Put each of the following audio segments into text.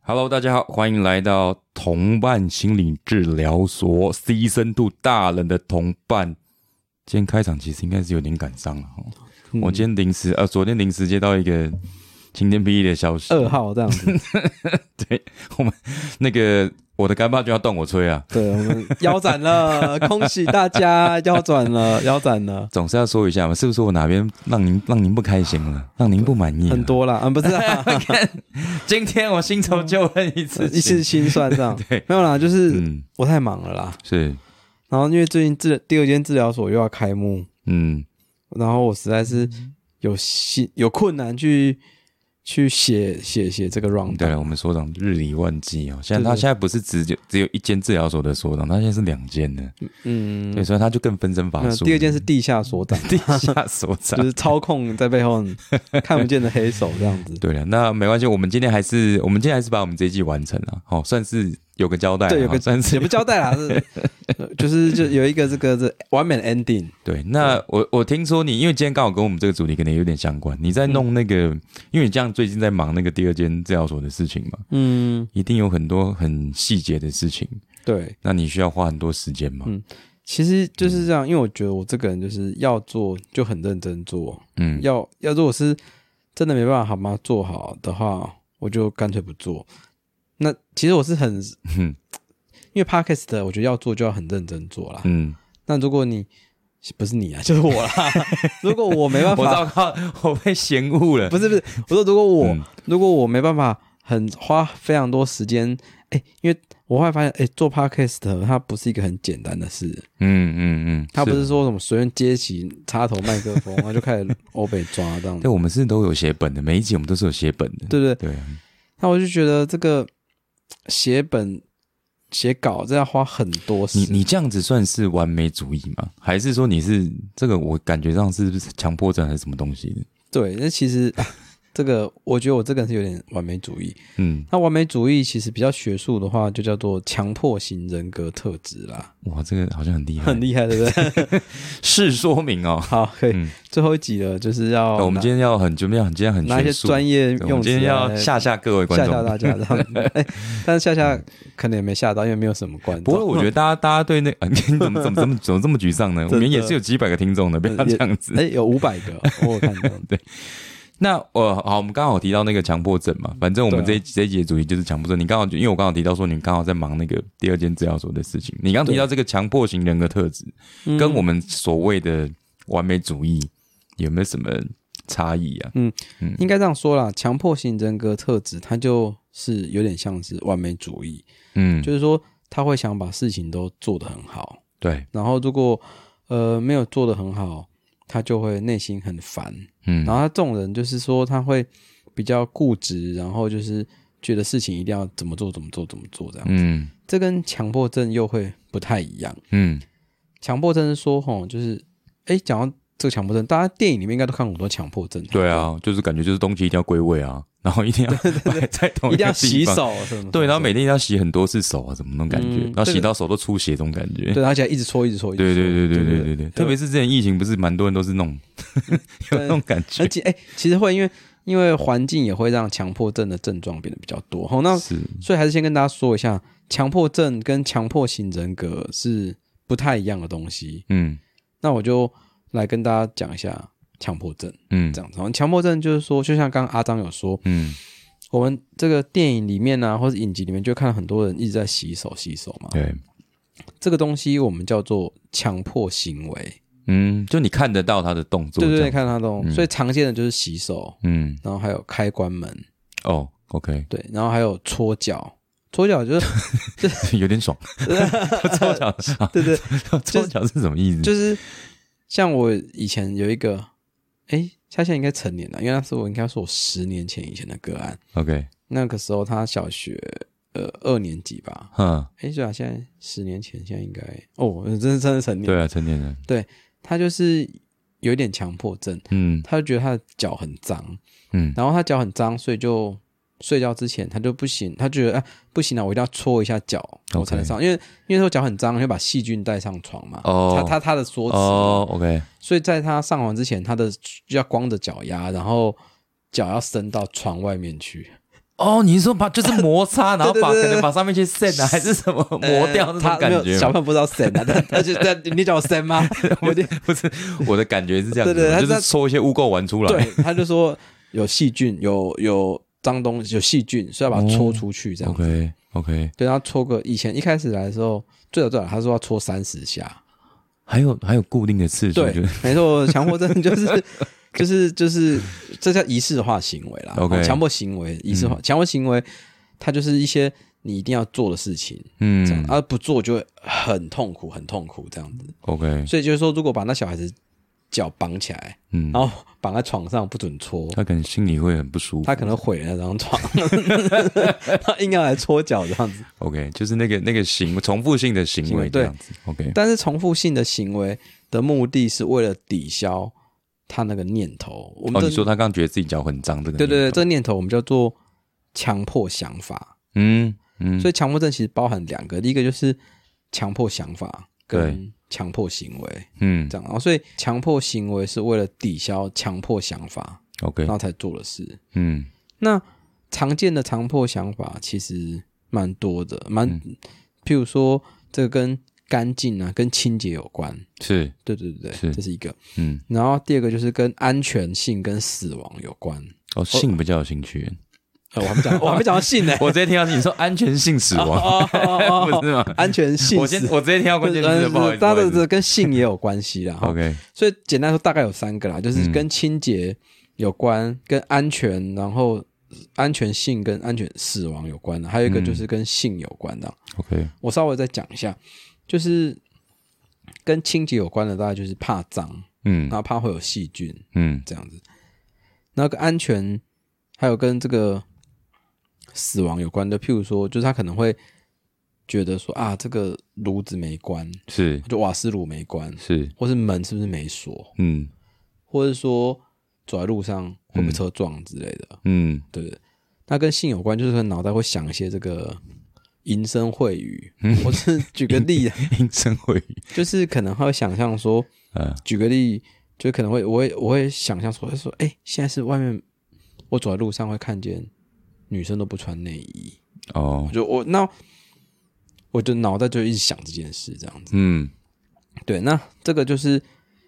Hello，大家好，欢迎来到同伴心理治疗所 C 深度大人的同伴。今天开场其实应该是有点感伤了哈，嗯我今天临时呃，昨天临时接到一个晴天霹雳的消息，二号这 样子，那个我的干爸就要断我吹啊，对，我们腰 斩了，恭喜大家腰斩了，腰斩了，总是要说一下嘛，是不是我哪边让您让您不开心了，让您不满意了？很多啦，啊，不是 啊，今天我新仇旧恨一次，呃一次心酸这样，对，没有啦，就是嗯，我太忙了啦。是，然后因为最近治第二间治疗所又要开幕，嗯然后我实在是有心有困难去去写写写这个 round，对了，我们所长日理万机哦，现在对他对现在不是只只只有一间治疗所的所长，他现在是两间的，嗯，对，所以他就更分身乏那术。第二间是地下所长， 地下所长 就，是操控在背后看不见的黑手这样子，对了，那没关系，我们今天还是我们今天还是把我们这一季完成了，好、算是有个交代啦，对，有个好啊算也是不交代啦，是 呃就是就有一个这个这完美的 ending，对。那我我听说你，因为今天刚好跟我们这个主题可能有点相关，你在弄那个，因为你这样最近在忙那个第二间治疗所的事情嘛，嗯，一定有很多很细节的事情，对，那你需要花很多时间嘛，嗯其实就是这样，因为我觉得我这个人就是要做就很认真做，嗯，要要如果是真的没办法好吗做好的话，我就干脆不做。那其实我是很，嗯因为 podcast 的我觉得要做就要很认真做啦。嗯，那如果你不是你啊，就是我啦， 如果我没办我法，糟糕， 我被嫌恶了，不是不是，我说如果我、嗯如果我没办法很花非常多时间，哎、因为我会发现，哎、做 podcast 的它不是一个很简单的事，嗯嗯嗯，他不是是说什么随便接起插头麦克 风，然后就开始欧北抓这样，对，我们是都有写本的，每一集我们都是有写本的。对不对？对啊，那我就觉得这个写本、写稿这要花很多你时，你这样子算是完美主义吗？还是说你是这个？我感觉上是不是强迫症还是什么东西的？对，那其实、啊这个我觉得我这个人是有点完美主义。嗯，那完美主义其实比较学术的话，就叫做强迫型人格特质啦，哇，这个好像很厉害，很厉害，对不对？是说明哦。好，可以，嗯最后一集了，就是要那我们今天要很，今天要很，今天很哦拿拿一学些术。专业对我们用词今天要来吓吓各位观吓吓众。大家，这 样。哎，但是吓吓可能也没吓到，因为没有什么观众。不过我觉得大家，大家对那、 啊、你怎么怎么怎么怎么这么沮丧呢？我的们也是有几百个听众的，不要这样子。哎、有五百 个，我有看到。那呃，好，我们刚好提到那个强迫症嘛，反正我们这嗯对啊一、这一集的主题就是强迫症。你刚好就因为我刚好提到说，你刚好在忙那个第二间治疗所的事情。你刚提到这个强迫型人格特质，嗯跟我们所谓的完美主义有没有什么差异啊？嗯应该这样说啦，强迫型人格特质，它就是有点像是完美主义，嗯，就是说他会想把事情都做得很好，对，然后如果呃没有做得很好，他就会内心很烦。嗯然后他这种人就是说他会比较固执，然后就是觉得事情一定要怎么做怎么做怎么做这样。嗯这跟强迫症又会不太一样。嗯，强迫症是说，吼，就是，哎，讲到这个强迫症，大家电影里面应该都看过很多强迫症，对，啊，就是感觉就是东西一定要归位啊， 然后一定要摆在同一哦个定要地洗方。 手什么，对，然后每每天要洗很多次手啊，怎么那种感觉？嗯然后这洗个到手都出血，这种感觉。对，而且一直搓，一直搓，一直对搓对对对对对对对，特别是之前疫情，不是蛮多人都是那 种有那种感而觉，且哎，其实会因为因为环境也会让强迫症的症状变得比较多，吼，那是所以还是先跟大家说一下，强迫症跟强迫型人格是不太一样的东西，嗯那我就来跟大家讲一下强迫症嗯这样子，然后强迫症就是说，就像刚刚阿张有说，嗯，我们这个电影里面呢、啊或者影集里面，就看到很多人一直在洗手洗手嘛。对，这个东西我们叫做强迫行为，嗯，就你看得到他的动作，对这对对，样，看到懂。嗯所以常见的就是洗手，嗯，然后还有开关门，哦，OK， 对，然后还有搓脚，搓脚就是 有 点爽，搓脚啊，对对，搓脚是什么意思？就是像我以前有一个，哎，他现在应该成年了，因为那时候我应该是我十年前以前的个案， OK，那个时候他小学呃二年级吧，哼，哎，对啊，现在十年前，现在应该哦，真是真的成年了对啊，成年人，他就是有一点强迫症，嗯他就觉得他的脚很脏，嗯然后他脚很脏，所以就睡觉之前他就不行，他觉得啊不行了、我一定要搓一下脚， OK 我才能上因为因为说脚很脏，会把细菌带上床嘛。哦他他他的说辞，哦，OK，所以在他上床之前，他的就要光着脚丫，然后脚要伸到床外面去，哦，你是说把就是摩 擦，然后把对对对可能把上面一些线啊 还是什么磨掉那呃他种感没有觉小吗？朋友不知道 s 啊，他他就他你叫我 s 吗？我就不是，我的感觉是这样子，对对他就是在搓一些污垢玩出来。对，他就说有细菌，有有脏东西，有细菌，所以要把它搓出去这样。哦 OK OK，对，然后搓个以前一开始来的时候，最早最早他说要搓三十下，还有还有固定的次数，对就是，没错，强迫症就是 就是就是这叫仪式化行为啦。哦 OK 嗯强迫行为仪式化，强迫行为它就是一些你一定要做的事情，这样啊嗯，而、不做就会很痛苦，很痛苦这样子。 ，OK，所以就是说，如果把那小孩子脚绑起来，嗯，然后绑在床上不准搓，他可能心里会很不舒服。他可能毁了那张床， 他硬要来搓脚这样子。 OK，就是那个那个行为重复性的行行为为这对样子。OK，但是重复性的行为的目的是为了抵消他那个念头。我们哦，这、你说他刚刚觉得自己脚很脏，这个对对对，念头这念头我们叫做强迫想法。嗯嗯，所以以强迫症其实包含两个，第一个就是强迫想法对跟强迫行为嗯这样。然后所以强迫行为是为了抵消强迫想法， ，OK，然后才做的事。嗯那常见的强迫想法其实蛮多的，蛮、嗯譬如说这个跟干净啊、跟清洁有关，是对对对是对，这是一个。嗯然后第二个就是跟安全性跟死亡有关。哦，性比较有兴趣。 呃，我还没讲，我还没讲到性呢、我直接听到你说安全性死亡，哦哦 哦哦不是吗？安全性我死呃先，我直接听到关键 字，不好意思不它好的意思。这跟性也有关系啦。哈 OK，嗯所以简单说，大概有三个啦，就是跟清洁有关，跟安全，然后安全性跟安全死亡有关的，还嗯有一个就是跟性有关的。 OK，我稍微再讲一下，就是跟清洁有关的，大概就是怕脏，嗯然后怕会有细菌嗯这样子。然后跟安全，还有跟这个死亡有关的，譬如说，就是他可能会觉得说啊，这个炉子没关，是就瓦斯炉没关，是或是门是不是没锁，嗯或者说走在路上会被车撞之类的，嗯 对不对？那跟性有关，就是可能脑袋会想一些这个淫声秽语，我是举个例啊，阴声秽语，就是可能会想象说，嗯举个例，就可能会，我会我会想象说，说，哎、现在是外面，我走在路上会看见女生都不穿内衣，哦我就我那我就脑袋就一直想这件事，这样子。嗯对，那这个就是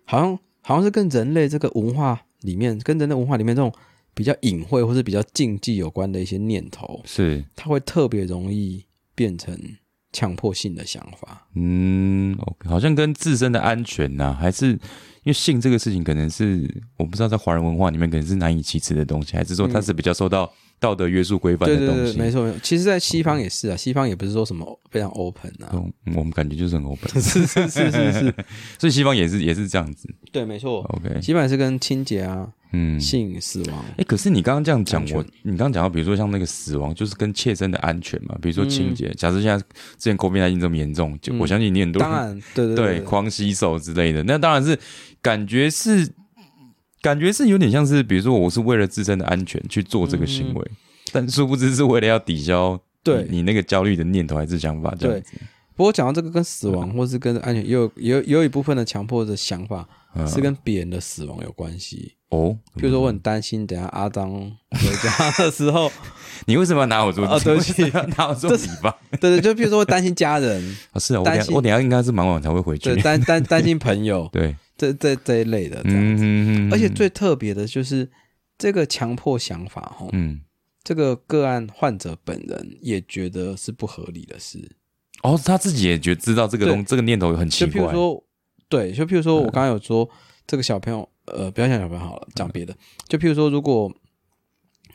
好像好像是跟人类这个文化里面，跟人类文化里面这种比较隐晦或是比较禁忌有关的一些念头，是它会特别容易变成强迫性的想法。嗯，OK，好像跟自身的安全呐、还是因为性这个事情，可能是我不知道在华人文化里面可能是难以启齿的东西，还是说它是比较受到道德约束规范对的对东对，西？没错没错。其实，在西方也是啊，西方也不是说什么非常 open 啊，嗯我们感觉就是很 open，是是是是是，所以西方也是也是这样子。对，没错。 OK，基本上是跟清洁啊、哦嗯，性、死亡，哎、可是你刚刚这样讲安，全我你刚刚讲到，比如说像那个死亡，就是跟切身的安全嘛，比如说清洁。假设现在之前 COVID 19这么严重，就、我相信你很多人当然，对对对，对，狂洗手之类的。那当然是感觉是感觉是有点像是，比如说我是为了自身的安全去做这个行为，但殊不知是为了要抵消嗯对你你那个焦虑的念头还是想法这样子。不过讲到这个跟死嗯亡或是跟安全，也有也有也有一部分的强迫的想法嗯是跟别人的死亡有关系。哦，比如说，我很担心等一下阿当 回家的时候， 你为什么要拿我做？啊对不起 你为什么要拿我做比 方。对对，就比如说会担心 家人，啊，是啊，我等担下心我等下应该是蛮晚才会回去对。担担担心 朋友，对，这这这一类的这样。嗯而且最特别的就是这个强迫想法，哈，嗯，这个个案患者本人也觉得是不合理的事。哦，他自己也觉知道这个对东这个念头很奇就譬如怪。嗯说，对，就譬如说我刚刚有说、这个小朋友，呃，不要讲小朋友好了，讲别的。就譬如说，如果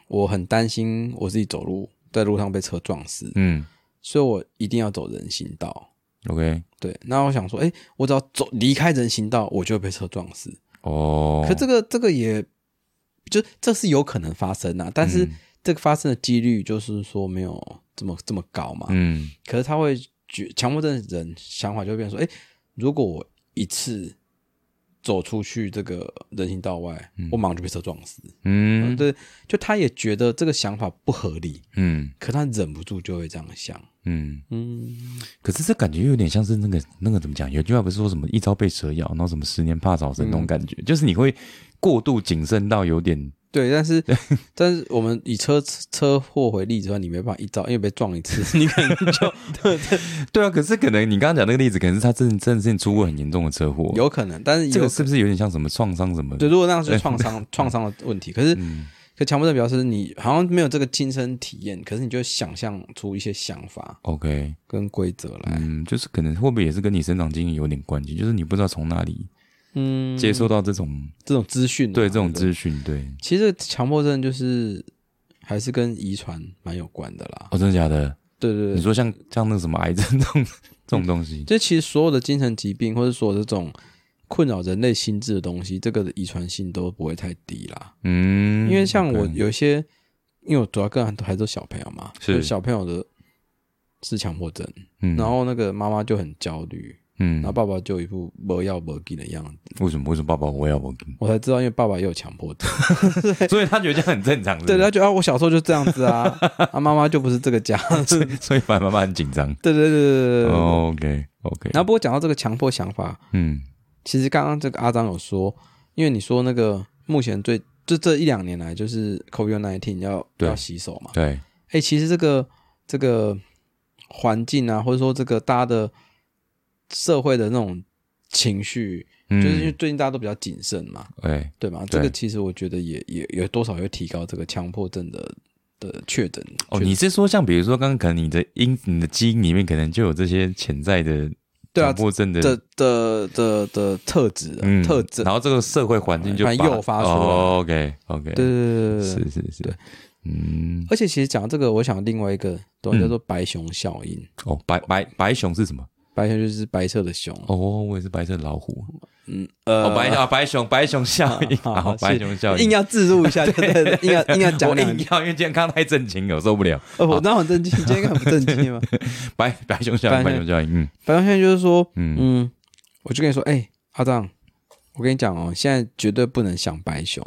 我很担心我自己走路在路上被车撞死，嗯所以我一定要走人行道。 ，OK，对，那我想说，哎、我只要走离开人行道，我就会被车撞死。哦，可这个这个也，就这是有可能发生啊，但嗯是这个发生的几率就是说没有这么这么高嘛。嗯可是他会觉强迫症的人想法就会变成说，哎、如果我一次走出去这个人行道外，我马上就被车撞死。嗯，嗯对，就他也觉得这个想法不合理，嗯可他忍不住就会这样想。嗯。嗯，可是这感觉又有点像是那嗯个那个怎么讲？有句话不是说什么一朝被蛇咬，然后什么十年怕草绳那种感觉，就是你会过度谨慎到有点对，但是 但是我们以车车祸为例子的话，你没办法一招，因为被撞 一次，你可能就对啊。可是可能你刚刚讲那个例子，可能是他真的真的是出过很严重的车祸，有可能，但是这有个是不是有点像什么创伤什么？对，如果那样是创 伤创伤的问题，可是、嗯可强迫症表示你好像没有这个亲身体验，可是你就想象出一些想法 OK，跟规则来，嗯，就是可能会不会也是跟你生长经历有点关系？就是你不知道从哪里嗯，接受到这种、这种资讯啊、对这种资讯，对其实强迫症就是还是跟遗传蛮有关的啦。哦，真的假的？对对你对，说像像那个什么癌症 这种这种东西，这其实所有的精神疾病或者所有这种困扰人类心智的东西，这个的遗传性都不会太低啦。嗯，因为像我 OK 有一些，因为我主要跟还都小朋友嘛，是就小朋友的是强迫症，嗯，然后那个妈妈就很焦虑，嗯然后，爸爸就一副没要没给的样子。为什么为什么爸爸我要我跟？我才知道，因为爸爸也有强迫症， 所以他觉得这样很正常，是不对，是他觉得啊，我小时候就这样 子啊，啊，妈妈就不是这个家，所以所以爸爸妈妈很紧张。对对对对对对。哦 OK OK，然后不过讲到这个强迫想法，嗯其实刚刚这个阿张有说，因为你说那个目前最就这一两年来就是 COVID nineteen 要对要洗手嘛，对，哎，其实这个这个环境啊，或者说这个大家的社会的那种情绪，嗯就是因为最近大家都比较谨慎嘛，哎对吧？这对个其实我觉得也也有多少会提高这个强迫症的的确诊哦，确你是说像比如说刚刚可能你的因你的基因里面可能就有这些潜在的对啊强迫症的的的的的特质、啊嗯特征，然后这个社会环境就把它诱发出来 OK OK，对对对对对。是是是，嗯，而且其实讲到这个，我想另外一个东西嗯叫做白熊效应。哦，白白白熊是什么？白熊就是白色的熊，哦，我也是白色老虎。呃哦，白啊，白熊，白熊效 应，好好，是白熊效哦硬应。要自入一下，对对对，硬要硬要 讲我两硬句。要，因为今天看太震惊了，我受不了。呃，我那很震惊，今天应该很不震惊 吗？白白熊效应，白白熊熊效应，嗯白熊效应就是说，嗯，嗯，我就跟你说，哎，阿张，我跟你讲哦，现在绝对不能想白熊。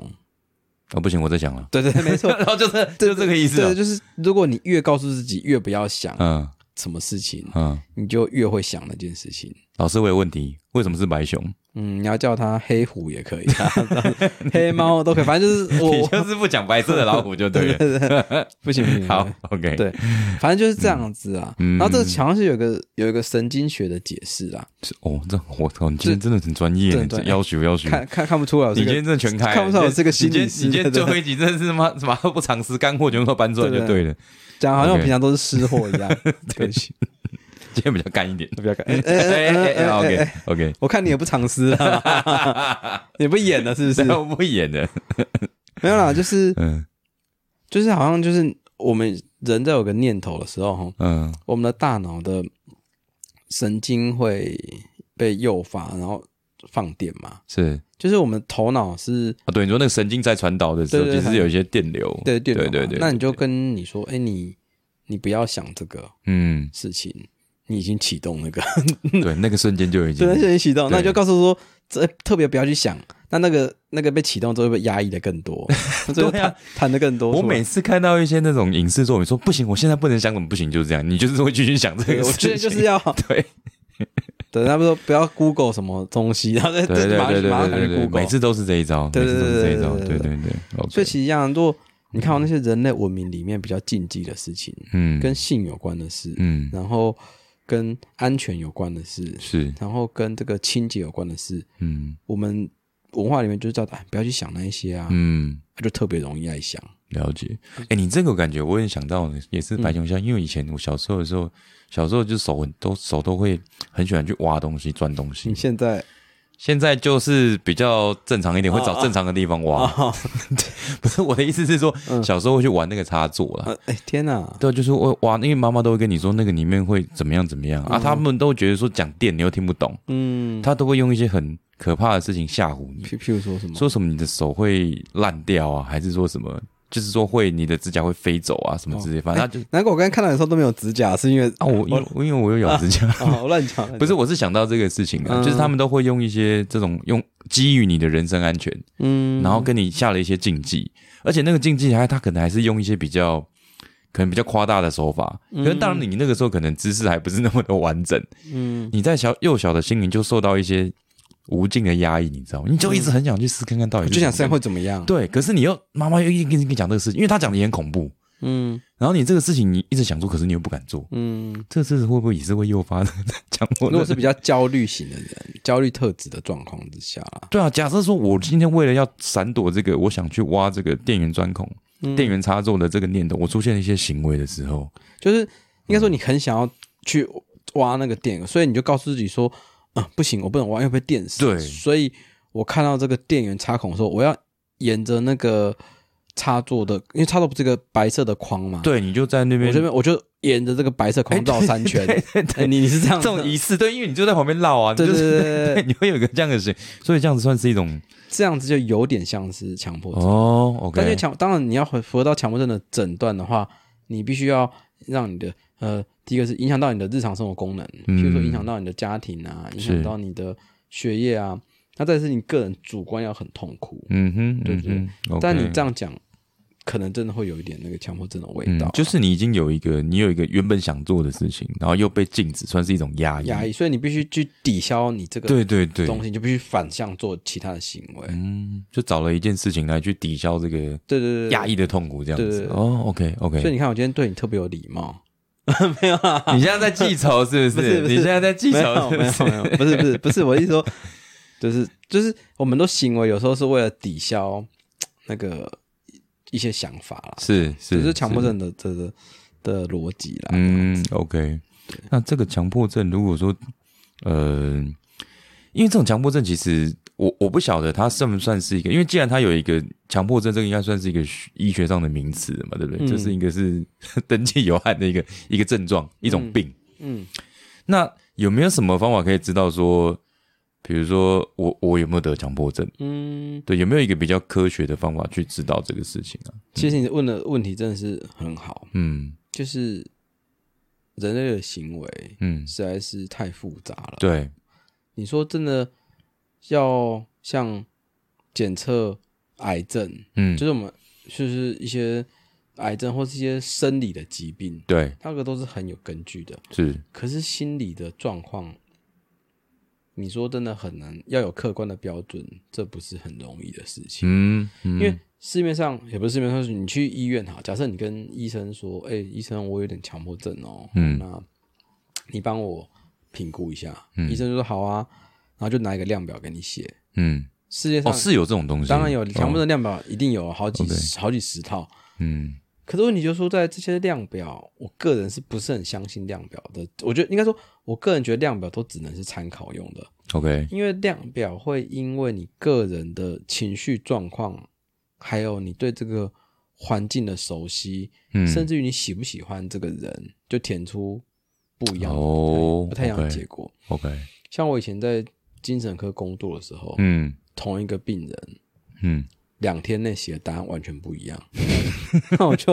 哦，不行，我在想 了。对对，对没错，然后就是 就这个意思对，哦。就是如果你越告诉自己越不要想嗯什么事情，嗯，你就越会想那件事情。老师，我有问题，为什么是白熊？嗯，你要叫它黑虎也可以，啊 黑猫都可以，反正就是你我就是不讲白色的老虎就对了。 对对对，不行不行，不行好，OK，对反正就是这样子啊。嗯然后这个好像是有一个有一个神经学的解释啦，是哦，这我操，你今天真的很专业欸这，很这专业要求要求。看看看不出来我嗯你是今个天真的全开了，看不出来我是个心理师你今天你今天对最对后一集真的是妈什么不藏私干货全部都搬出来就对了，讲，好像我 OK 平常都是吃货一 样。对不起，今天比较干一点。不要看。 哎哎哎哎哎哎哎 哎 哎，OK 哎， OK，我看你也不藏私啊， 你不演了是不是？我不演的，没有啦，就是嗯就是好像就是我们人在有个念头的时候，哈，嗯我们的大脑的神经会被诱发，然后放电嘛。是就是我们头脑是啊，对，你说那个神经在传导的时候，对其对实有一些电流，对电脑对嘛对对，那你就跟你说，哎、你你不要想这个嗯，事情，你已经启动那个，对，那个瞬间就已经对，那就已经启动，嗯对那你就告诉说，这特别不要去想，那那个那个被启动之后会被压抑的 更多，就对啊弹弹的更多出我来。每次看到一些那种影视作品，说不行，我现在不能想怎么不行，就是这样，你就是会继续想这对个我事觉情，得就是要 对等他们说不要 Google 什么东西，然后再对对马对上对马对上赶对去对，每 Google。次都是这一招，对对每次都是这一招，对对对对对对，OK 所以其实一样，如果你看到那些人类文明里面比较禁忌的事情，嗯跟性有关的事，嗯然后跟安全有关的事，是然后跟这个清洁有关的事，嗯我们文化里面就是叫哎，不要去想那一些啊，嗯。他就特别容易爱想。了解，哎、你这个感觉我也想到，也是白熊象，因为以前我小时候的时候，小时候就手很都手都会很喜欢去挖东西、钻东西你。现在现在就是比较正常一点，会哦找哦正常的地方挖。哦 嗯不是我的意思是说，小时候会去玩那个插座啦。呃，哎、天哪，对，就是会挖，因为妈妈都会跟你说那个里面会怎么样怎么样、啊，他们都觉得说讲电你又听不懂，嗯，他都会用一些很可怕的事情吓唬你，譬譬如说什么？说什么你的手会烂掉啊，还是说什么，就是说会你的指甲会飞走啊哦什么之类，反正他就难怪我刚才看到你的时候都没有指甲，是 因为啊，我因为我因为我有咬 指甲，啊，我乱讲，乱讲不是，，我是想到这个事情啊，嗯就是他们都会用一些这种用基于你的人身安全，嗯，然后跟你下了一些禁忌，而且那个禁忌还他可能还是用一些比较。可能比较夸大的手法，嗯可是当然你那个时候可能知识还不是那么的完整，嗯你在小幼小的心灵就受到一些无尽的压抑，你知道吗？你就一直很想去试看看到底是嗯就想什这么样会怎么样？对，可是你又妈妈又一直跟你讲这个事情，因为她讲的也很恐怖，嗯然后你这个事情你一直想做，可是你又不敢做，嗯，这次会不会也是会诱发 强迫如果症？是比较焦虑型的人，焦虑特质的状况之下啦，对啊，假设说我今天为了要闪躲这个，我想去挖这个电源钻孔、嗯电源插座的这个念头，我出现了一些行为的时候，就是应该说你很想要去挖那个电，所以你就告诉自己说，嗯，不行，我不能挖，要被电死。对所以我看到这个电源插孔的时候，我要沿着那个插座的，因为插座不是一个白色的框嘛，，对，你就在那边我这 边我就沿着这个白色框绕三圈。对对对哎你你是这样这子种仪式，对，因为你就在旁边绕啊，你对就对是 对对对，你会有一个这样的行，所以这样子算是一种这样子就有点像是强迫症。哦但是，OK，强，当然你要符合到强迫症的诊断的话，你必须要让你的呃，第一个是影响到你的日常生活功能，嗯譬如说影响到你的家庭啊，影响到你的学业啊，那再是你个人主观要很痛苦。嗯哼，对对嗯哼，OK 但你这样讲，可能真的会有一点那个强迫症的味道，嗯，就是你已经有一个你有一个原本想做的事情，然后又被禁止，算是一种压抑，压抑，所以你必须去抵消你这个对对对，东西，你就必须反向做其他的行为。嗯，就找了一件事情来去抵消这个对对对压抑。抑的痛苦，这样对子对对哦，OK 所以 OK，你看，我今天对你特别有礼貌。 你现在在记仇是不不是是？不你是现在在记没仇有是 没不有没是？有，不是不是不是，我的意思说，就是就是我们都行为有时候是为了抵消那个一些想法啦，是只是是强迫症的的的的逻辑啦。嗯，OK。那这个强迫症，如果说，呃，因为这种强迫症，其实我我不晓得它算不算是一个，因为既然它有一个强迫症，这个应该算是一个学医学上的名词嘛，对不对？嗯这是一个是 登记有汗的一个一个症状，一种病。嗯，那有没有什么方法可以知道说，比如说我我有没有得强迫症？嗯，对，有没有一个比较科学的方法去知道这个事情啊？其实你问的问题真的是很好，嗯就是人类的行为嗯，实在是太复杂了。对，你说真的要像检测癌症，嗯就是我们就是一些癌症或是一些生理的疾病，对那个都是很有根据的。是，可是心理的状况，你说真的很难，要有客观的标准，这不是很容易的事情。嗯嗯因为市面上也不是市面上，就是你去医院哈，假设你跟医生说：“哎、医生，我有点强迫症哦，嗯那你帮我评估一下。医生就说：“好啊。”然后就拿一个量表给你写。嗯。世界上、哦，是有这种东西，当然有强迫哦症量表，一定有好几、 OK 好几十套。嗯可是问题就是说，在这些量表，我个人是不是很相信量表的？我觉得应该说，我个人觉得量表都只能是参考用的， ，OK，因为量表会因为你个人的情绪状况，还有你对这个环境的熟悉，嗯，甚至于你喜不喜欢这个人，就填出不一样的、哦不太一样的 OK 结果。 OK，像我以前在精神科工作的时候，嗯同一个病人嗯，两天内写的答案完全不一样， 那我就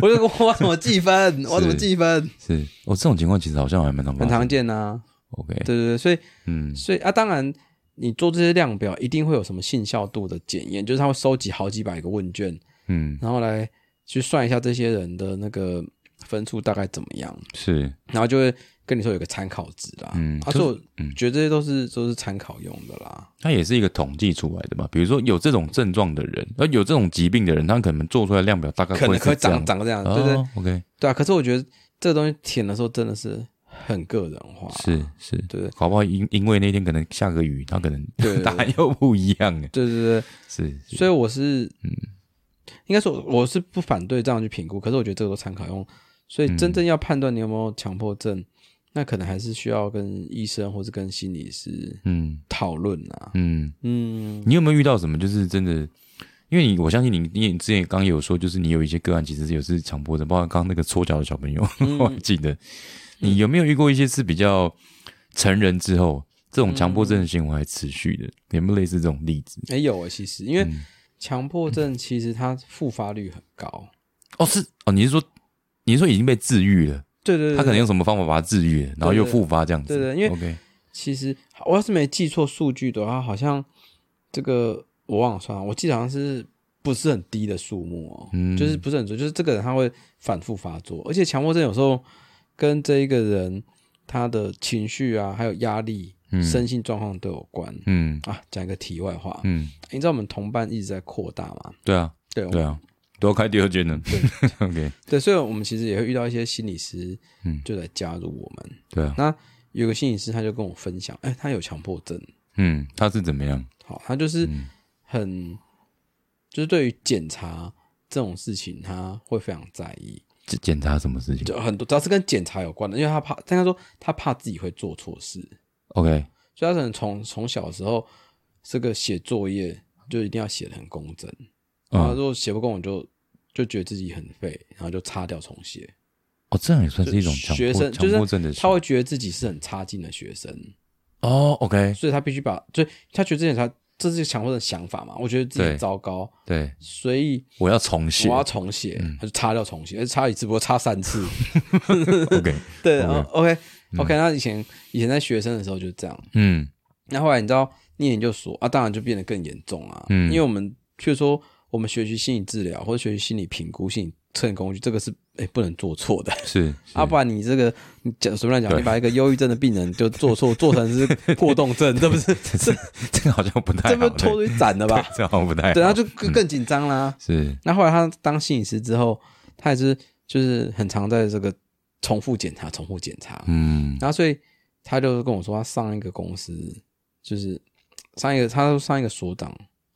我就我要怎么计分？我要怎么计分？是哦，这种情况其实好像还蛮常发很生常见啊， ，OK，对对对，所以嗯所以啊，当然你做这些量表一定会有什么信效度的检验，就是他会收集好几百个问卷，嗯然后来去算一下这些人的那个分数大概怎么样，是，然后就会跟你说有个参考值啦。啊嗯他可是说嗯觉得这些都是都是参考用的啦。它也是一个统计出来的嘛。比如说有这种症状的人，而有这种疾病的人，他可能做出来量表大概可能会会是这长样，长这样，哦对对，OK，对啊。可是我觉得这个东西填的时候真的是很个人化，是是，对搞不好因因为那天可能下个雨，他可能 对对答案又不一样哎，对对对，是是所以我是，嗯应该说我是不反对这样去评估，可是我觉得这个都参考用。所以嗯真正要判断你有没有强迫症，那可能还是需要跟医生或是跟心理师嗯讨论啊。嗯。嗯，你有没有遇到什么就是真的？因为你，我相信你，你你之前刚刚有说，就是你有一些个案其实是有是强迫症，包括刚刚那个搓脚的小朋 友，嗯 我还记得。嗯你有没有遇过一些是比较成人之后这种强迫症的行为还持续的？有没有类似这种例子？也、有诶、其实嗯因为强迫症其实它复发率很高。哦，是哦，你是说你是说已经被治愈了，对对对，他可能用什么方法把它治愈了，然后又复发这样子？对对因为 OK，其实我要是没记错数据的话，好像这个我忘了算了，我记得好像是不是很低的数目哦、嗯就是不是很多，就是这个人他会反复发作，而且强迫症有时候跟这一个人他的情绪啊，还有压力，身心状况都有关嗯啊。讲一个题外话，嗯，你知道我们同伴一直在扩大嘛？对啊，对，我对啊，都要开第二间了。OK，对，所以我们其实也会遇到一些心理师，嗯就来加入我们。对啊，那有个心理师他就跟我分享，哎、他有强迫症，嗯，他是怎么样？好，他就是嗯很，就是对于检查这种事情，他会非常在意，检检查什么事情就很多只要是跟检查有关的，因为他怕，但他说他怕自己会做错事， ？OK，所以他可能从从小的时候，这个写作业就一定要写的很工整，嗯然后他说写不工整就就觉得自己很废，然后就擦掉重写。哦，这样也算是一种强学迫生强迫症的就是他行为会觉得自己是很差劲的学生，哦。OK，所以他必须把，就他觉得这点他这是强迫症的想法嘛，我觉得自对己糟糕，对，所以我要重写我。要重写，嗯他就擦掉重写，而且擦一次不过擦三次， OK， 对然后，OK OK，那以前以前在学生的时候就是这样，嗯那后来你知道念研究所啊，当然就变得更严重啊，嗯因为我们却说我们学习心理治疗或者学习心理评估、心理测验工具，这个是哎、不能做错的，是是啊，不然你这个你讲随便乱讲，对你把一个忧郁症的病人就做 错，做成是过动症，这不是这这个好像不太这不好，是拖出去斩了 吧？这好像不太对，啊好他就更更紧张啦。是那后来他当心理师之后，他也是就是很常在这个重复检查、重复检查，嗯然后所以他就跟我说，他上一个公司就是上一个，他说上一个所长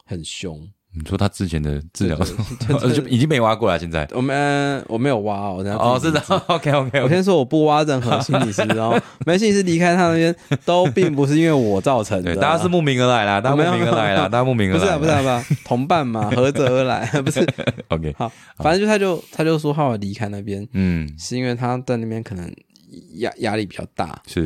很凶，你说他之前的治疗对对对呃就已经被挖过了，现在我们我没有挖哦，然后哦，是的，OK OK 我 OK，先说我不挖任何心理师，然后没心理师离开他那边，都并不是因为我造成的对，啊，大家是慕名而来啦，大家我慕没有名而来啦，大家慕名而来不是啦，啊不是啊不是啊，同 伴嘛，合则而来，不是 OK，好，反正就他就他就说他要离开那边，嗯，是因为他在那边可能压压力比较大，是，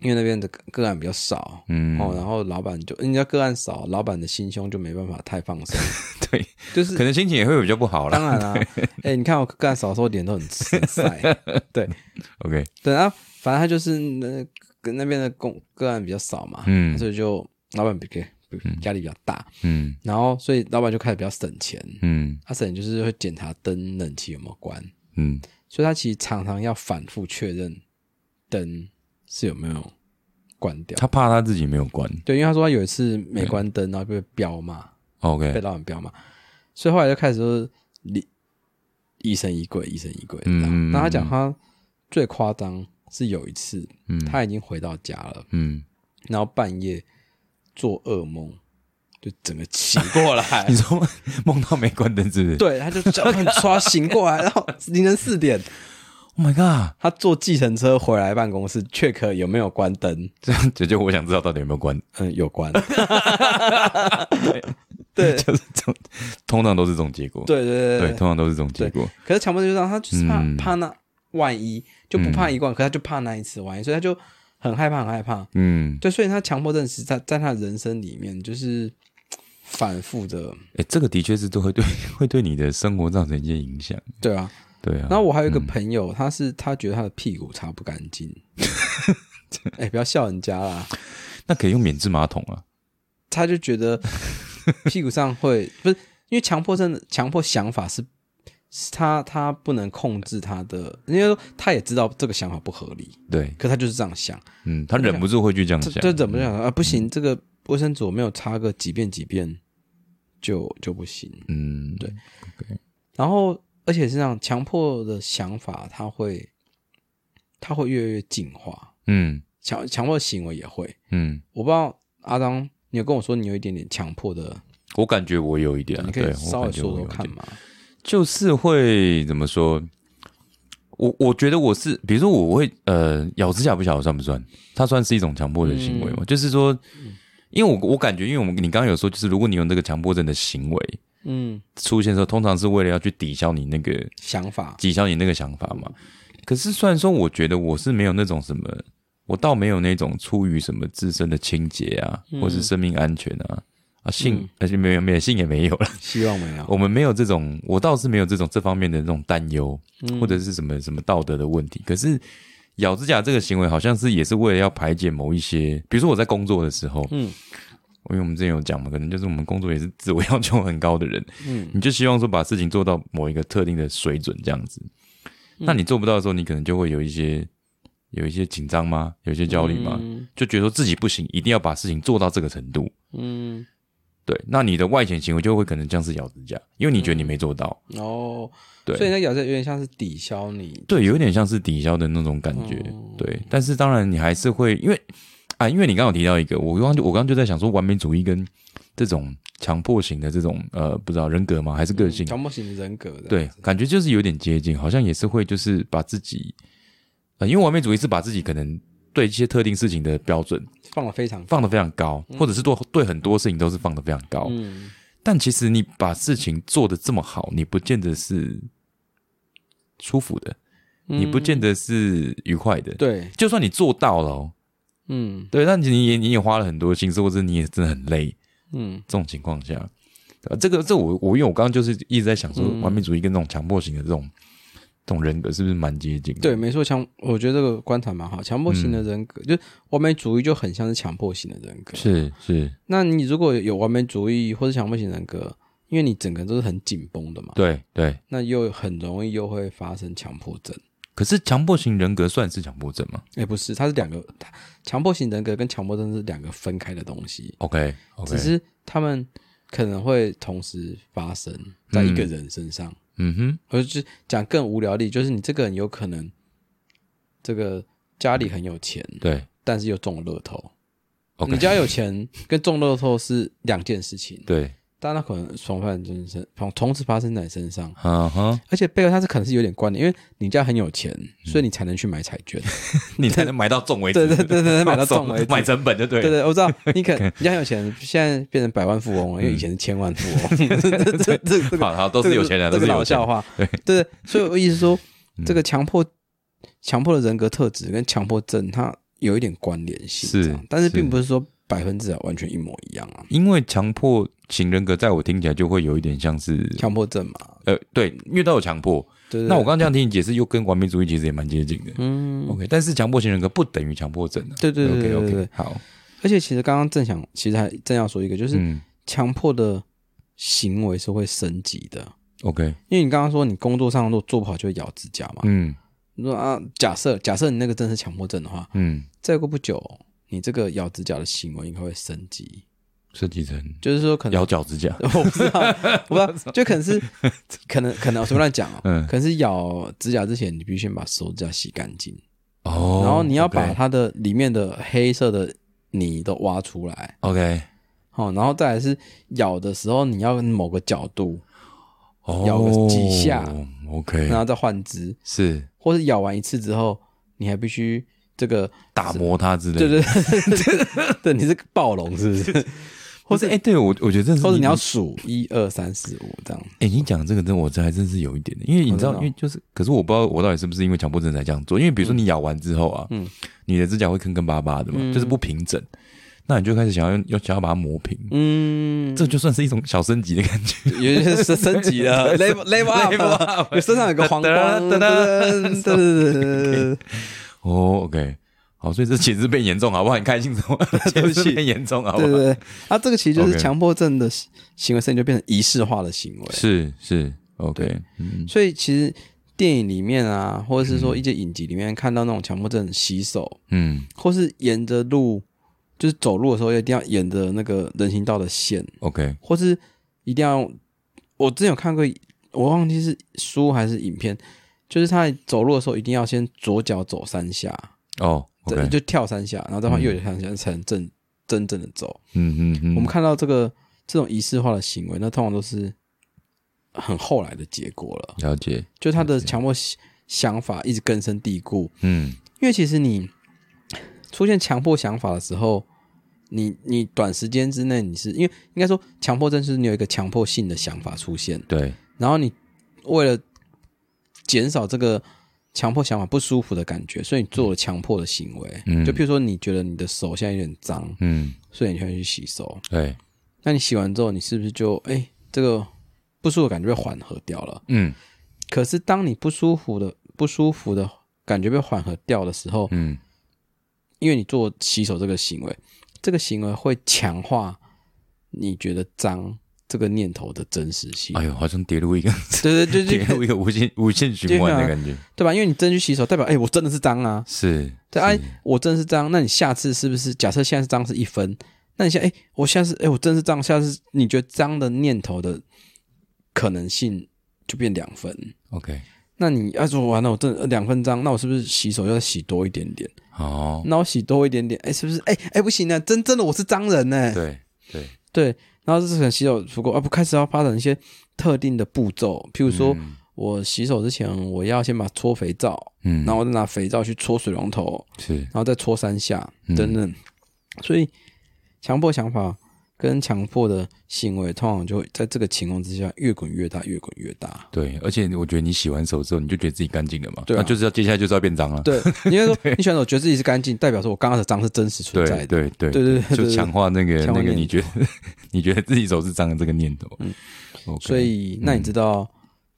因为那边的个个案比较少。嗯，哦，然后老板就人家个案少，老板的心胸就没办法太放松， 对，就是可能心情也会比较不好啦。当然啦、哎、你看我个案少的时候脸都很很晒， 对， OK，对啊，反正他就是那跟那边的工个案比较少嘛，嗯所以就老板比给压力比较大，嗯然后所以老板就开始比较省钱，嗯他省钱就是会检查灯冷气有没有关，嗯，所以他其实常常要反复确认灯是有没有关掉。他怕他自己没有关。对，因为他说他有一次没关灯，然后被彪骂，被 OK，老板彪骂，所以后来就开始说你疑神疑鬼，疑神疑鬼。嗯嗯，那他嗯讲他最夸张是有一次，嗯他已经回到家了。嗯，然后半夜做噩梦，就整个醒过来 你。说梦到没关灯是不是？对，他就脚很刷醒过来，然后凌晨四点， ，Oh my god，他坐计程车回来办公室，check 有没有关灯？这样子就我想知道到底有没有关， 嗯，有 关。对就是这种，通常都是这种结果。对对对，对通常都是这种结果。可是强迫症就让他就是怕、嗯怕那万一，就不怕一贯，可他就怕那一次万一，所以他就很害怕，很害怕。嗯，对，所以他强迫症是在在他的人生里面就是反复的，哎，这个的确是都会对会对你的生活造成一些影响。对啊。对啊然，后我还有一个朋友，他是他觉得他的屁股擦不干 净。哎、不要笑人家啦！那可以用免治马桶啊。他就 觉得屁股上会不是因为强迫症的强迫想法是，是他他不能控制他的，因为他也知道这个想法不合理，对，可他就是这样想，嗯，他忍不住会去这样这想这。怎么想啊？不行，这个卫生纸我没有擦个几遍几遍，就就不行。嗯，对，然后而且是这样，强迫的想法他会他会越来越进化，嗯强强迫行为也会。嗯，我不知道阿当，你有跟我说你有一点点强迫的，我感觉我有一点啊，你可对以我稍微感觉说我说有一看点嘛。就是会怎么说？我我觉得我是，比如说我会呃咬指甲不晓得算不算？它算是一种强迫的行为嘛？就是说，因为我我感觉，因为我们你刚刚有说，就是如果你有这个强迫症的行为嗯，出现的时候，通常是为了要去抵消你那个想法，抵消你那个想法嘛。可是虽然说，我觉得我是没有那种什么，我倒没有那种出于什么自身的清洁啊，或是生命安全啊啊性，而且没有没有性也没有了。希望没有。我们没有这种，我倒是没有这种这方面的那种担忧，嗯或者是什么什么道德的问题。可是咬指甲这个行为，好像是也是为了要排解某一些，比如说我在工作的时候，嗯，因为我们之前有讲嘛，可能就是我们工作也是自我要求很高的人，嗯，你就希望说把事情做嗯到某一个特定的水准这样子。那你做不到的时候，你可能就会有一些有一些紧张吗？有一些焦虑吗？嗯就觉得说自己不行，一定要把事情做到这个程度。嗯，对，那你的外显行为就会可能像是咬指甲，因为你觉得你没做到。哦，对所以那咬字有点像是抵消你，对，有点像是抵消的那种感觉。哦对，但是当然你还是会，因为啊，因为你刚刚有提到一个，我刚刚就我刚刚就在想说，完美主义跟这种强迫型的这种呃，不知道人格吗？还是个性？嗯强迫型的人格的，对，感觉就是有点接近，好像也是会就是把自己，呃，因为完美主义是把自己可能对一些特定事情的标准放了非常放得非常高，或者是对对很多事情都是放得非常高。嗯，但其实你把事情做得这么好，你不见得是舒服的，你不见得是愉快的。，嗯对，就算你做到了、哦，嗯对，但你也你也花了很多心思，或者你也真的很累，嗯这种情况下，对吧这个这我我因为我刚刚就是一直在想说，嗯完美主义跟那种强迫型的这种这种人格是不是蛮接近的？对，没错，强，我觉得这个观察蛮好。强迫型的人格，就是完美主义，就很像是强迫型的人格。是是，那你如果有完美主义或者强迫型人格，因为你整个人都是很紧绷的嘛，对对。那又很容易又会发生强迫症。可是强迫型人格算是强迫症吗哎，不是，它是两个，它强迫型人格跟强迫症是两个分开的东西， ？OK OK，只是他们可能会同时发生在一个人身上。嗯哼，而是讲更无聊的，就是你这个人有可能这个家里很有钱，对但是又中了乐透。你，OK，家有钱跟中乐透是两件事情，对，但它可能重犯人身，同同时发生在你身上，嗯哼，而且背后它是可能是有点关联，因为你家很有钱，所嗯以你才能去买彩 券。你才能买到中为止，对对 对对对，买到中为止。买成本就对对了。对，我 知道，你可能你家很有钱，现在变成百万富翁了，因为以前是千万富翁。 这这这这个嗯好好，都这是个有钱人，这都个是老有钱笑人。嗯话。对，所以我意思说，这个强迫强迫的人格特质跟强迫症，它有一点关联性，是这样但是是并不是说百分之百完全一模一样啊。因为强迫型人格，在我听起来就会有一点像是，强迫症嘛，呃，对，因为都有强迫。对对那我刚刚这样听你解释，又跟完美主义其实也蛮接近的。嗯， OK，但是强迫型人格不等于强迫症啊。对对对 OK 对对 OK，对。好，而且其实刚刚正想，其实还正要说一个，就是嗯强迫的行为是会升级的， ，OK，因为你刚刚说你工作上如果做不好就会咬指甲嘛。嗯你说啊，假设假设你那个真是强迫症的话，嗯，再过不久，你这个咬指甲的行为应该会升级，设计成就是说可能咬脚指甲，我不知道，我不知道，就可能是，可能可能我随便乱讲哦，嗯可能是咬指甲之前，你必须先把手指甲洗干净，哦，然后你要把 OK，它的里面的黑色的泥都挖出来， OK，哦，然后再来是咬的时候，你要某个角度，哦咬个几下，OK，然后再换只，是或是咬完一次之后，你还必须这个，打磨它之类的，对对对，对，你是个暴龙是不是？或是哎，对我我觉得这是，或者你要数一二三四五这样，哎，你讲这个真我这还真是有一点的，因为你知道，哦真嗯的因哦为就是，可是我不知道我到底是不是因为强迫症才这样做，因为比如说你咬完之后啊，嗯，你的指甲会坑坑巴巴的嘛，嗯就是不平整，那你就开始想要用，要想要把它磨平，嗯，这就算是一种小升级的感觉。 有些是升级了，level level level up， up 有身上有个皇冠，哒噔哒噔噔，哦，OK，好，所以这其实变严重，好不好？你开心什 么？其 实变严重，好不对好？对对，啊，这个其实就是 OK 强迫症的行为，甚至就变成仪式化的行为。是是，OK，嗯，所以其实电影里面啊，或者是说一些影集里面看到那种强迫症洗手，嗯或是沿着路就是走路的时候一定要沿着那个人行道的线， ，OK，或是一定要，我之前有看过，我忘记是书还是影片，就是他走路的时候一定要先左脚走三下。哦对， ，OK，就跳三下，然后再换右脚跳三下，才能正真正的走。嗯嗯嗯，我们看到这个这种仪式化的行为，那通常都是很后来的结果了，了解，就他的强迫想想法一直根深蒂固。嗯，因为其实你出现强迫想法的时候，你你短时间之内你是因为应该说强迫症是你有一个强迫性的想法出现，对，然后你为了减少这个强迫想法不舒服的感觉，所以你做了强迫的行为。嗯就譬如说，你觉得你的手现在有点脏，嗯，所以你就会去洗手。对，那你洗完之后，你是不是就哎、这个不舒服的感觉被缓和掉了？嗯可是当你不舒服的不舒服的感觉被缓和掉的时候，嗯，因为你做洗手这个行为，这个行为会强化你觉得脏这个念头的真实性。哎呦，好像跌入一个对对对跌对啊入一个无限无限循环的感觉。对吧？因为你真去洗手，代表哎、我真的是脏啊，是，对哎、我真的是脏。那你下次是不是假设现在是脏是一分？那你想哎、我下次哎、我真的是脏，下次你觉得脏的念头的可能性就变两分。 OK，那你要说完了，我真的呃两分脏，那我是不是洗手要洗多一点点？好，那我洗多一点点，哎、是不是？哎、哎、不行啊，真真的我是脏人呢、对对，对，然后这是洗手不够啊，不开始要发展一些特定的步骤，譬如说、嗯我洗手之前，我要先把搓肥皂，嗯，然后我再拿肥皂去搓水龙头，是然后再搓三下嗯等等。所以，强迫想法跟强迫的行为，通常就会在这个情况之下越滚越大，越滚越 大。对，而且我觉得你洗完手之后，你就觉得自己干净了嘛，对啊那就是要接下来就是要变脏了，对，应 该说你选手觉得自己是干净，代表说我刚刚的脏是真实存在对的。对对对对对就对强化那个强化那个念你觉得 你觉得自己手是脏的这个念头，嗯，OK，所以，那你嗯知道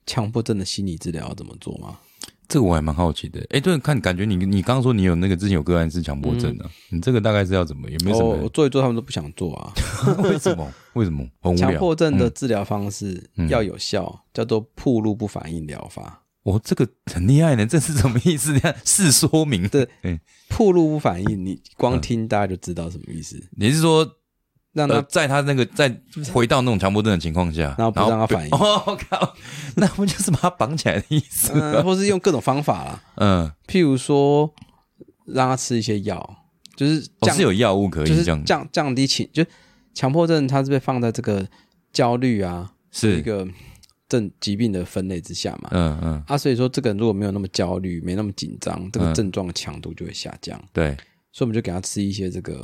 强迫症的心理治疗要怎么做吗？这个我还蛮好奇的，哎，对，看感觉你你刚刚说你有那个之前有个案是强迫症啊，嗯你这个大概是要怎么，有没有什哦，我么？做一做，他们都不想做啊。 为什么？为什么？很无强聊。嗯迫症的治疗方式要有效，叫做铺路不反应疗法。我哦这个很厉害呢，这是什么意思？这样是说明？对嗯，铺路不反应，你光听大家就知道什么意思，你是说让呃他，在他那 个在回到那种强迫症的情况下，然后不让他被反应 哦，我靠，那不就是把他绑起来的意思？嗯、或是用各种方法啦，嗯，譬如说让他吃一些药，就是哦，降，是有药物可以就是这样，降降低情，就是强迫症，它是被放在这个焦虑啊一是，个症疾病的分类之下嘛。嗯嗯，啊，所以说这个人如果没有那么焦虑，没那么紧张，这个嗯症状的强度就会下降。对，所以我们就给他吃一些这个，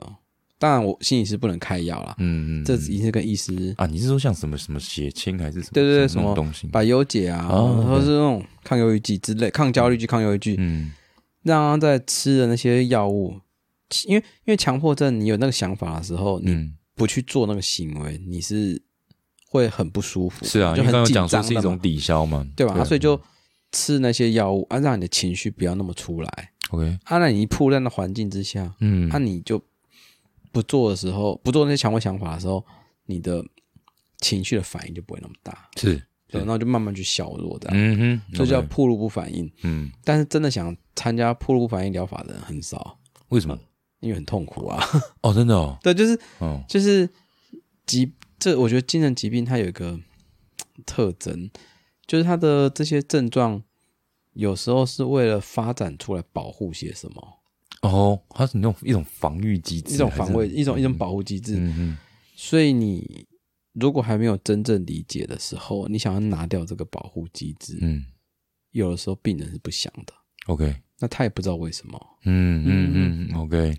当然我心理师不能开药啦，嗯嗯，这已经是跟医师啊，你是说像什么什么血清还是什么？对对对什么那什么种东西？把忧解啊，哦或者是那种抗忧郁剂之类、抗焦虑剂、抗忧郁剂，嗯，让他在吃的那些药物，其因为因为强迫症，你有那个想法的时候，你嗯，不去做那个行为，你是会很不舒服，是啊，就因为刚很刚紧讲说张是一的种嘛，抵消嘛，对吧？啊所以以就吃那些药物啊，让你的情绪不要那么出来。 OK，啊，那你一铺在那环境之下，嗯那、，你就不做的时候，不做那些强迫想法的时候，你的情绪的反应就不会那么大，是，对，然后就慢慢去削弱的，嗯哼，啊这、叫 OK，铺路不反应。嗯，但是真的想参加铺路不反应疗法的人很少，为什么？因为很痛苦啊。 哦，真的哦，对，就是哦，就是疾，这我觉得精神疾病它有一个特征，就是它的这些症状。有时候是为了发展出来保护些什么，哦，它是那种一种防御机制，一种还防是啊卫，，一种一种保护机制。嗯哼，所以你如果还没有真正理解的时候，你想要拿掉这个保护机制，嗯有的时候病人是不想的， ，OK，那他也不知道为什么。嗯嗯嗯，OK，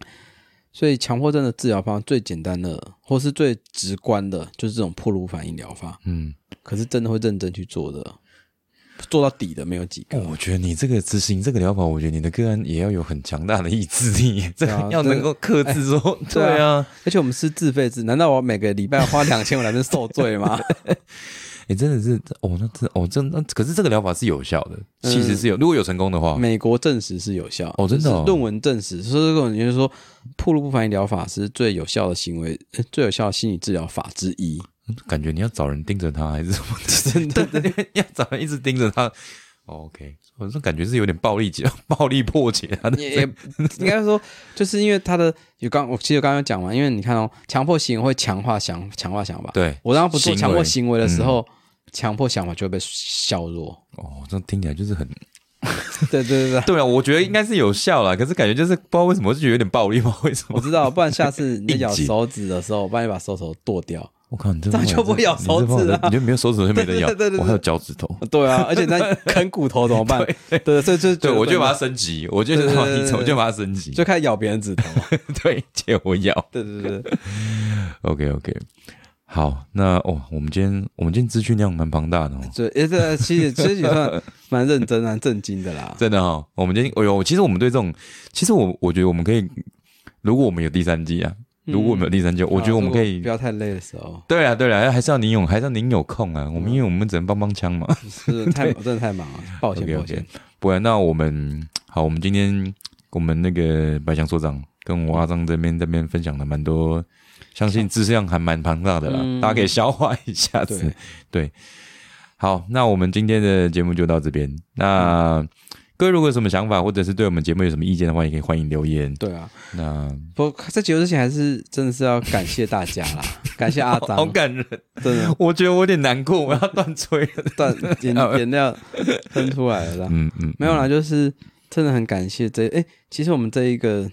所以强迫症的治疗方法最简单的，或是最直观的，就是这种破颅反应疗法。嗯。可是真的会认真去做的，做到底的没有几个。哦，我觉得你这个执行这个疗法，我觉得你的个案也要有很强大的意志力， 这啊个要这能够克制说，对啊 对啊，而且我们是自费制，难道我每个礼拜花两千我来这受罪吗？哎，真的是，哦，那真哦，真那可是这个疗法是有效的，其实是有，如果有成功的话，美国证实是有效哦哦真的哦就是论文证实，所以这个研究说，铺路不反应疗法是最有效的行为， 呃最有效的心理治疗法之 一。感觉你要找人盯着他还是什么？真的， 对对，要找人一直盯着他。哦 OK，我这感觉是有点暴力 解，暴力破解啊他的也也应该说，就是因为他的有刚，我其实刚刚有讲完，因为你看哦，强迫行为会强化想强化想法。对我当他不做行为嗯强迫行为的时候，强迫想法就会被削弱。 哦，这听起来就是很对对对对，对啊，我觉得应该是有效啦，可是感觉就是不知道为什么，就觉得有点暴力，不知道为什我么。知道，不然下次你在咬硬解手指的时候，我帮你把手指头剁掉。我靠，你这这样就不会咬手指啊你就没有手指头就没得咬，对对对对对我还有脚趾头。对啊，而且那啃骨头怎么办？对对，所以就 对，我就把它把升级，我就是对对把对对你对我就把它升级，就开始咬别人指头。对，借我咬。对对对对， OK OK，好，那哦，我们今天我们今天资讯量蛮庞大的哦，所以诶这其实 其实也算蛮认真啊、震惊的啦。真的哈、哦。我们今天，哎呦，其实我们对这种，其实我我觉得我们可以，如果我们有第三季啊，如果我们有第三季，我觉得我们可啊如果以不。要太累的时候，对啊，对啊，还是要您有，还是要您有空啊。我们因为我们只能帮帮腔嘛。是 太我真的太忙了，抱歉 OK 抱歉 OK，。不然那我们好，我们今天我们那个白翔所长跟我阿张这边这边分享了蛮多相信质量还蛮庞大的啦，嗯大家可以消化一下子。对， 对，好，那我们今天的节目就到这边。那、各位如果有什么想法，或者是对我们节目有什么意见的话，也可以欢迎留言。对啊。那不，在结束之前，还是真的是要感谢大家 啦，感谢阿张好，感人，真的，我觉得我有点难 过，我要断吹了。但眼眼料喷出来了啦。嗯嗯，没有啦，就是真的很感谢这哎、其实我们这一个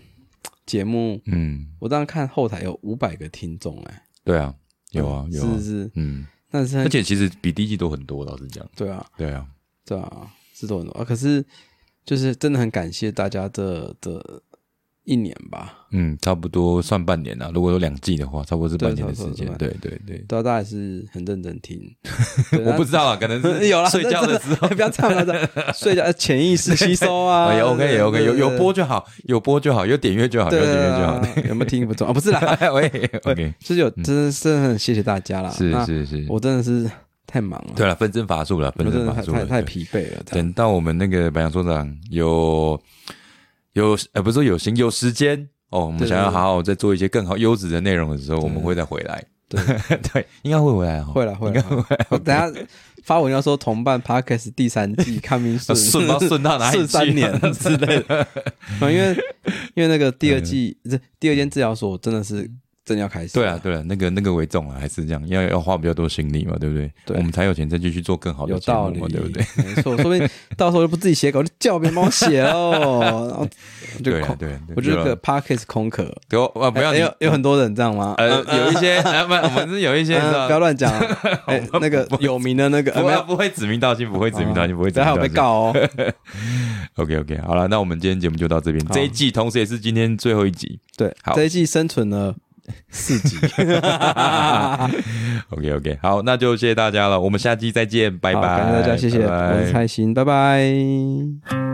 节目，嗯，我当时看后台有五百个听众哎、对啊，有啊有是啊不，是？嗯，但是而很且其实比第一季多很多，老实讲。对啊，对啊，对啊，是多很多啊。可是就是真的很感谢大家这这一年吧，嗯，差不多算半年啊了。如果有两季的话，差不多是半年的对差时不多间是。半对对对，对啊，大家也是很认 真听。我不知 道啊，可能是有啦，睡觉 的时候哎。不要这样，不要这样，睡觉呃潜意识吸 收啊。哦也 OK 也 OK，有有播就好，有播就好，有点阅就好，有对点对阅就好。对，有没有听 不重要，啊不是啦，喂，OK， 就是有，真的真的很谢谢大家啦。嗯是啊那是是，我真的是太忙了，对了，分身乏术了，我分真身的乏太术太了。太对疲惫了。这样等到我们那个白羊所长啊有有呃，不是说有心有时间哦，我们对想要对对好好再做一些更好优质的内容的时候，我们会再回来。对 对，应该会回来哦。会了会了，会啦我等下发文要说同伴 Podcast 第三 季看明呃顺顺到顺到哪里去？四三年 之类的。啊因为因为那个第二季这第二间治疗所真的是真要开始，嗯对啊，，对啊，那个那个为重啊，还是这样，要要花比较多心力嘛，对不对？对我们才有钱再继续做更好的有节目道嘛理，对不对？？没错，说不定到时候就不自己写稿，就叫别人帮我 写喽。然后就对啊空，对啊，对啊我觉得有个啊 Podcast 空壳，给我啊，不要哎你有有很多人这样吗？呃嗯嗯有一些 啊，不，我们是有一些嗯是吧不要乱 讲啊，哎那个有名的那个，呃不没会有，啊不会指名道姓，不会指名道姓，不会指等名下道我姓。被告 哦。 OK OK，好了，那我们今天节目就到这边。好这一季同时也是今天最后一集。对好，这一季生存了四 集， OK OK，好，那就谢谢大家了，我们下季再见，拜好拜。感谢大家，谢谢，拜拜我是蔡欣，拜拜。